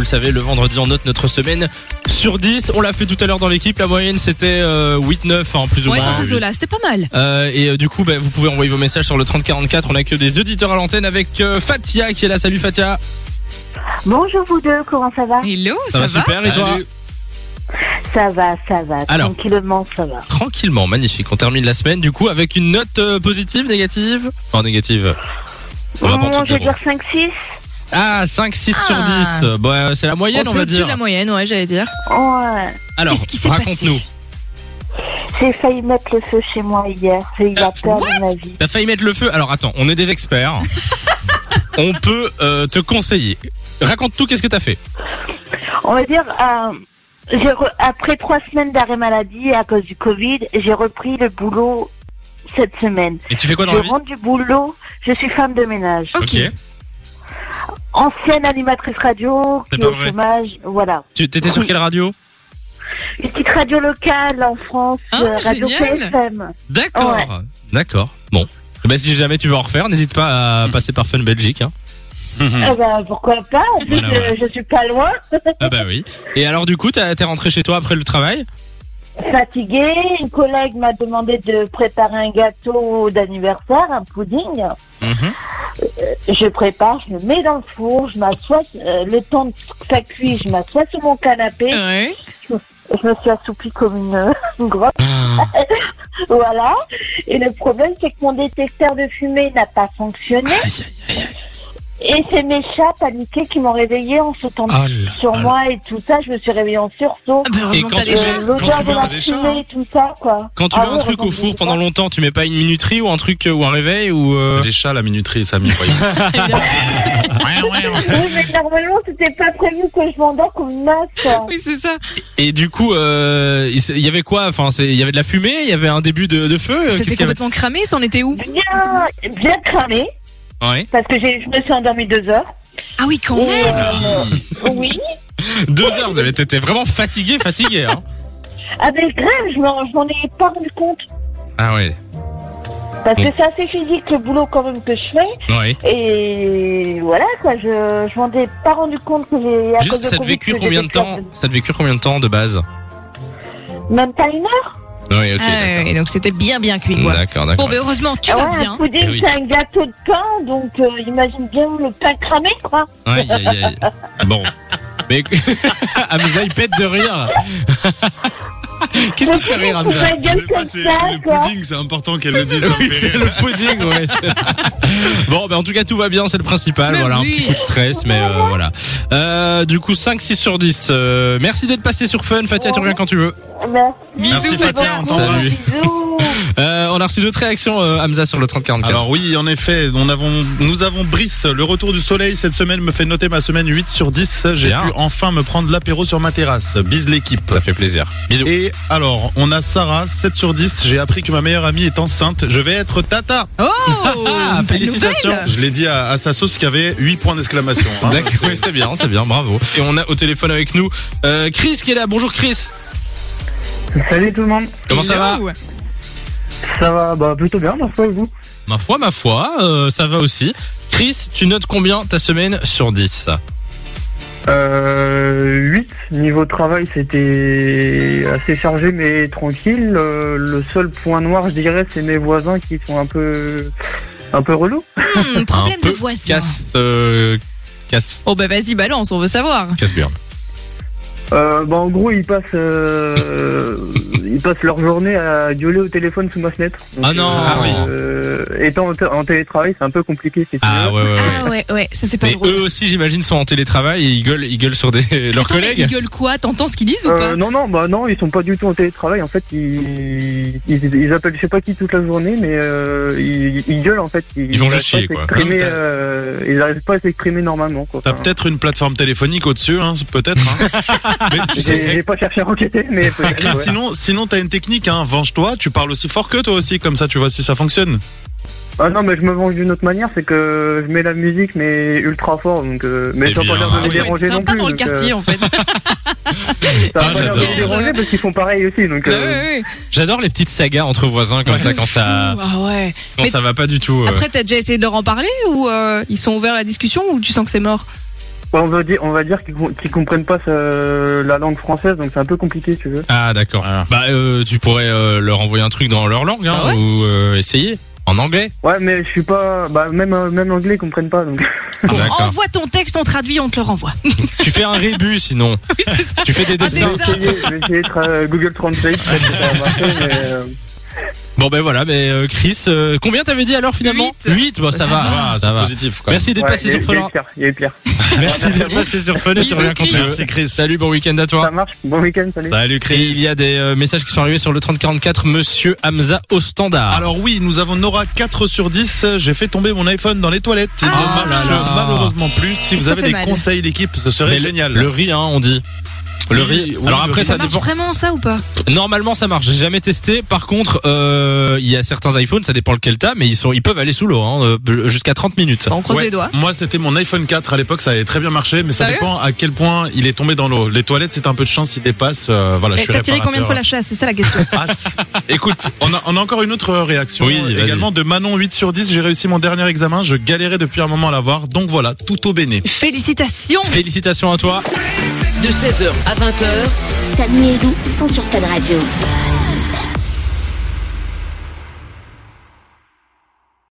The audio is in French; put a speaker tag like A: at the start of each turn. A: le savez, le vendredi, on note notre semaine sur 10. On l'a fait tout à l'heure dans l'équipe. La moyenne, c'était euh, 8-9, hein, plus ou
B: Ouais,
A: moins.
B: dans ces eaux-là, c'était pas mal.
A: Euh, et euh, du coup, bah, vous pouvez envoyer vos messages sur le 3044. On a que des auditeurs à l'antenne avec euh, Fatia qui est là. Salut Fatia.
C: Bonjour vous deux, comment ça va
B: Hello,
A: va, super et toi
D: Salut.
C: Ça va, ça va.
A: Alors.
C: Tranquillement, ça va.
A: Tranquillement, magnifique. On termine la semaine du coup avec une note euh, positive, négative Enfin négative. On va pas en tout
C: Bon, je vais
A: dire.
C: dire 5-6.
A: Ah, 5, 6
B: Ah.
A: sur 10. Bah, c'est la
B: On
A: moyenne, on,
B: se
A: va
B: au-dessus
A: dire.
B: de la moyenne, ouais, j'allais dire.
C: Ouais.
A: Alors,
B: Qu'est-ce qui s'est
A: raconte-nous.
B: passé
C: J'ai failli mettre le feu chez moi hier. J'ai eu la
A: Ah,
C: peur de ma vie.
A: T'as failli mettre le feu. Alors attends, on est des experts. on peut euh, te conseiller. Raconte-nous qu'est-ce que t'as fait.
C: On va dire, euh, j'ai re- après trois semaines d'arrêt maladie à cause du Covid, j'ai repris le boulot cette semaine.
A: Et tu fais quoi dans
C: Je
A: la vie
C: rentre du boulot, je suis femme de ménage.
B: Ok.
C: Ancienne animatrice radio,
A: C'est
C: qui est
A: pas
C: au
A: vrai.
C: chômage, voilà.
A: Tu t'étais sur quelle radio
C: Une petite radio locale en France,
B: Ah,
C: euh, radio
B: génial.
C: PFM.
A: D'accord. D'accord. Bon. Eh ben, si jamais tu veux en refaire, n'hésite
C: Mm.
A: pas à passer par Fun Belgique. Hein.
C: Eh ben, pourquoi pas En plus,
A: Voilà, voilà.
C: je, je suis pas loin,
A: Ah bah oui. Et alors du coup, t'as- t'es rentré chez toi après le travail
C: fatiguée. Une collègue m'a demandé de préparer un gâteau d'anniversaire, un pudding. Mm-hmm. Je prépare, je le mets dans le four, je m'assois, euh, le temps que ça cuit, je m'assois sur mon canapé,
B: Ouais.
C: je me suis assoupie comme une, une grosse,
A: Ah.
C: voilà. Et le problème, c'est que mon détecteur de fumée n'a pas fonctionné,
A: Aïe, aïe.
C: et c'est mes chats paniqués qui m'ont réveillée en sautant
A: Oh là
C: sur
A: là.
C: moi et tout ça, je me suis réveillée en sursaut.
B: Ah, bah, heureusement que
A: quand
B: t'as
A: tu
B: des
A: vas-
B: gens.
C: Euh, L'odeur
D: tu
C: de
D: mets
C: la
D: des chats, hein.
C: fumée, et tout ça, quoi.
A: Quand tu
C: Ah
A: mets un
C: ouais,
A: truc au
C: heureusement que
A: four
C: j'ai
A: pendant
C: pas.
A: longtemps, tu mets pas une minuterie ou un truc euh, ou un réveil ou euh,
D: Les chats, la minuterie, Samy, voyons.
C: Oui, mais normalement, c'était pas prévu que je m'endors comme une masse. quoi.
B: Oui, c'est ça.
A: et du coup euh, il s- il y avait quoi Enfin, c'est- il y avait de la fumée, il y avait un début de, de feu. euh, qu'est-ce
B: C'était
A: qu'il y avait
B: complètement cramé, ça en était où
C: Bien, bien cramé,
A: Ouais.
C: parce que j'ai- je me suis endormie deux heures.
B: Ah oui, quand
C: Et,
B: même.
C: euh, oui.
A: Deux heures. vous avez- T'étais vraiment fatigué, fatigué. Hein
C: Ah, mais grave, je m'en je m'en ai pas rendu compte.
A: ah ouais.
C: Parce que c'est assez physique le boulot quand même que je fais.
A: Ouais.
C: Et voilà, quoi, je, je m'en ai pas rendu compte que j'ai. à cause
A: Juste,
C: de
A: ça
C: Covid,
A: devait cuire
C: que j'ai
A: combien
C: des
A: de temps
C: cloques
A: Ça devait cuire combien de temps de base
C: de- Même pas une heure.
A: Ouais, ok.
B: Ah, ouais, ouais, donc c'était bien, bien cuit, quoi.
A: D'accord,
B: Bon,
A: d'accord.
B: bah, heureusement, tu
C: Ah
B: vas
C: ouais,
B: bien.
C: Un pudding,
A: Eh oui.
C: c'est un gâteau de pain, donc euh, imagine bien le pain cramé, quoi.
A: Aïe, aïe, aïe. Bon. Mais Hamza, il pète de rire. Qu'est-ce qui fait rire,
C: Pour
A: Hamza
C: un gâteau
D: pas,
C: comme
D: c'est-
C: ça,
D: le
C: quoi.
D: pudding, c'est important qu'elle le dise. en
A: Oui,
D: fait.
A: c'est le pudding, ouais. c'est- bon, ben en tout cas, tout va bien, c'est le principal.
B: Mais
A: voilà,
B: oui.
A: un petit coup de stress, mais euh, voilà. Euh, du coup, 5, 6 sur 10. Euh, merci d'être passé sur Fun. Fatia, tu reviens quand tu veux.
C: Merci,
D: Merci,
B: Bisous,
D: Fatia, on
B: Fatia.
D: t'embrasse.
A: Salut.
C: bisous.
A: Euh, on a reçu d'autres réactions, euh, Hamza, sur le 3044.
D: Alors oui, en effet, on avons- nous avons Brice. Le retour du soleil cette semaine me fait noter ma semaine 8 sur 10. J'ai
A: Bien.
D: pu enfin me prendre l'apéro sur ma terrasse. Bise l'équipe.
A: ça fait plaisir. Bisous.
D: Et alors, on a Sarah, 7 sur 10. J'ai appris que ma meilleure amie est enceinte. Je vais être tata.
B: Oh
A: Ah,
B: bonne
A: félicitations.
B: nouvelle.
D: Je l'ai dit à, à sa sauce qui avait 8 points d'exclamation. hein.
A: D'accord, ouais, Ah, c'est bien, c'est bien, bravo. Et on a au téléphone avec nous euh, Chris qui est là. Bonjour Chris.
E: Salut tout le monde,
A: Comment ça va
B: Hello.
E: ça va bah, plutôt bien, merci et vous
A: Ma foi, ma foi, euh, ça va aussi. Chris, tu notes combien ta semaine sur 10
E: euh, 8, niveau travail c'était assez chargé mais tranquille. Euh, le seul point noir je dirais c'est mes voisins qui sont un peu un peu relous.
B: Hmm, problème
A: Un peu
B: de voisin.
A: Casse... euh, casse...
B: Oh bah vas-y balance, on veut savoir.
A: Casse bien.
E: Euh, bah, en gros ils passent euh, ils passent leur journée à gueuler au téléphone sous ma fenêtre. Donc,
A: Ah non.
D: Ah oui.
E: euh, Étant en t- en télétravail c'est un peu compliqué. c'est
A: Ah
E: sûr.
A: ouais, ouais, ouais.
B: Ah ouais ouais, ça c'est pas
A: Mais
B: drôle.
A: eux aussi, j'imagine, sont en télétravail et ils gueulent, ils gueulent sur des, leurs
B: Attends, mais
A: collègues.
B: Ils gueulent quoi T'entends ce qu'ils disent ou
E: Euh,
B: pas
E: non non bah non ils sont pas du tout en télétravail en fait ils ils, ils appellent je sais pas qui toute la journée mais euh, ils, ils gueulent en fait ils,
A: Ils vont
E: arrivent
A: juste chier,
E: pas à
A: quoi.
E: s'exprimer,
D: Non, mais t'as-
E: euh, ils arrivent pas à s'exprimer normalement quoi
D: T'as
E: Enfin,
D: peut-être une plateforme téléphonique au-dessus, hein, peut-être. hein. Mais tu sais,
E: j'ai j'ai pas cherché à enquêter mais
D: eh, Chris,
E: peut-être, ouais.
D: sinon, sinon t'as une technique, hein. venge-toi, tu parles aussi fort que toi aussi, comme ça tu vois si ça fonctionne.
E: ah non mais je me venge d'une autre manière c'est que je mets la musique mais ultra fort donc euh, mais
A: C'est
E: ça a
A: bien.
E: pas l'air de
B: Ah
E: les
B: ouais,
E: déranger
B: c'est
E: non
B: sympa
E: plus
B: dans le
E: donc, euh,
B: quartier en fait.
E: ça a
A: Ah,
E: pas l'air de les
B: j'adore.
E: déranger parce qu'ils font pareil aussi donc
B: Bah
E: euh,
B: ouais, ouais.
A: J'adore les petites sagas entre voisins comme ça, quand ça,
B: Ah ouais.
A: quand
B: Mais-
A: ça va pas du tout. euh.
B: Après t'as déjà essayé de leur en parler ou euh, ils sont ouverts à la discussion ou tu sens que c'est mort
E: bah, on va dire, on va dire qu'ils com- qu'ils comprennent pas ce- la langue française, donc c'est un peu compliqué, tu veux.
A: Ah d'accord. Bah euh, tu pourrais euh, leur envoyer un truc dans leur langue hein,
B: Ah ouais
A: ou euh, essayer en anglais.
E: Ouais, mais je suis pas, bah même euh, même l'anglais ils comprennent pas, donc.
B: Bon,
A: d'accord.
B: envoie ton texte, on traduit, on te le renvoie.
A: tu fais un rébus sinon. Tu fais des
B: Ah, c'est
A: dessins.
B: ça.
E: Je vais essayer- je vais essayer de tra- Google Translate, peut-être que ça va marcher, mais. euh,
A: bon ben voilà, mais euh, Chris, euh, combien t'avais dit alors finalement 8 bon ça,
B: Ça
A: va,
D: Ah,
A: ça
D: c'est
A: va.
D: positif quoi.
A: Merci d'être
E: ouais,
A: passé
E: il y a-
A: sur
E: il y a eu
A: Fun.
E: pire, Il y a eu pire.
A: Merci d'être passé sur Fun et tu
B: Bisous,
A: reviens quand tu
B: Chris.
A: veux.
D: Merci Chris.
A: Salut, bon week-end à toi.
E: Ça marche. Bon week-end, salut.
D: Salut
A: Et il
D: Chris.
A: y a des euh, messages qui sont arrivés sur le 3044, monsieur Hamza au standard.
D: Alors oui, nous avons Nora 4 sur 10. J'ai fait tomber mon iPhone dans les toilettes. Il
A: Ah
D: ne
A: là
D: marche
A: là.
D: malheureusement plus. Si vous
B: Ça
D: avez
B: fait
D: des
B: mal.
D: conseils d'équipe, ce serait
A: Mais le-
D: génial.
A: Le riz, hein, on dit. Le
D: Oui,
A: riz.
D: oui,
A: Alors
D: le
A: après,
D: riz.
A: ça
B: Ça marche
A: dépend.
B: vraiment ça ou pas
A: Normalement, ça marche. J'ai jamais testé. Par contre, euh, il y a certains iPhones, ça dépend lequel t'as, mais ils sont, ils peuvent aller sous l'eau, hein, euh, jusqu'à 30 minutes.
B: On croise
D: Ouais.
B: les doigts.
D: Moi, c'était mon iPhone 4 à l'époque, ça avait très bien marché, mais ça
B: Sérieux
D: dépend à quel point il est tombé dans l'eau. Les toilettes, c'est un peu de chance, il dépasse. euh, voilà, je
B: Mais
D: suis
B: Eh, T'as tiré combien de fois la chasse C'est ça la question.
D: Ah, c'est- Écoute, on a, on a encore une autre euh, réaction
A: Oui, vas-y.
D: également de Manon 8 sur 10. J'ai réussi mon dernier examen, je galérais depuis un moment à l'avoir, donc voilà, tout au béné.
B: Félicitations
A: Félicitations à toi.
F: de 16h à 20h.
G: Samy et Lou sont sur Fan Radio.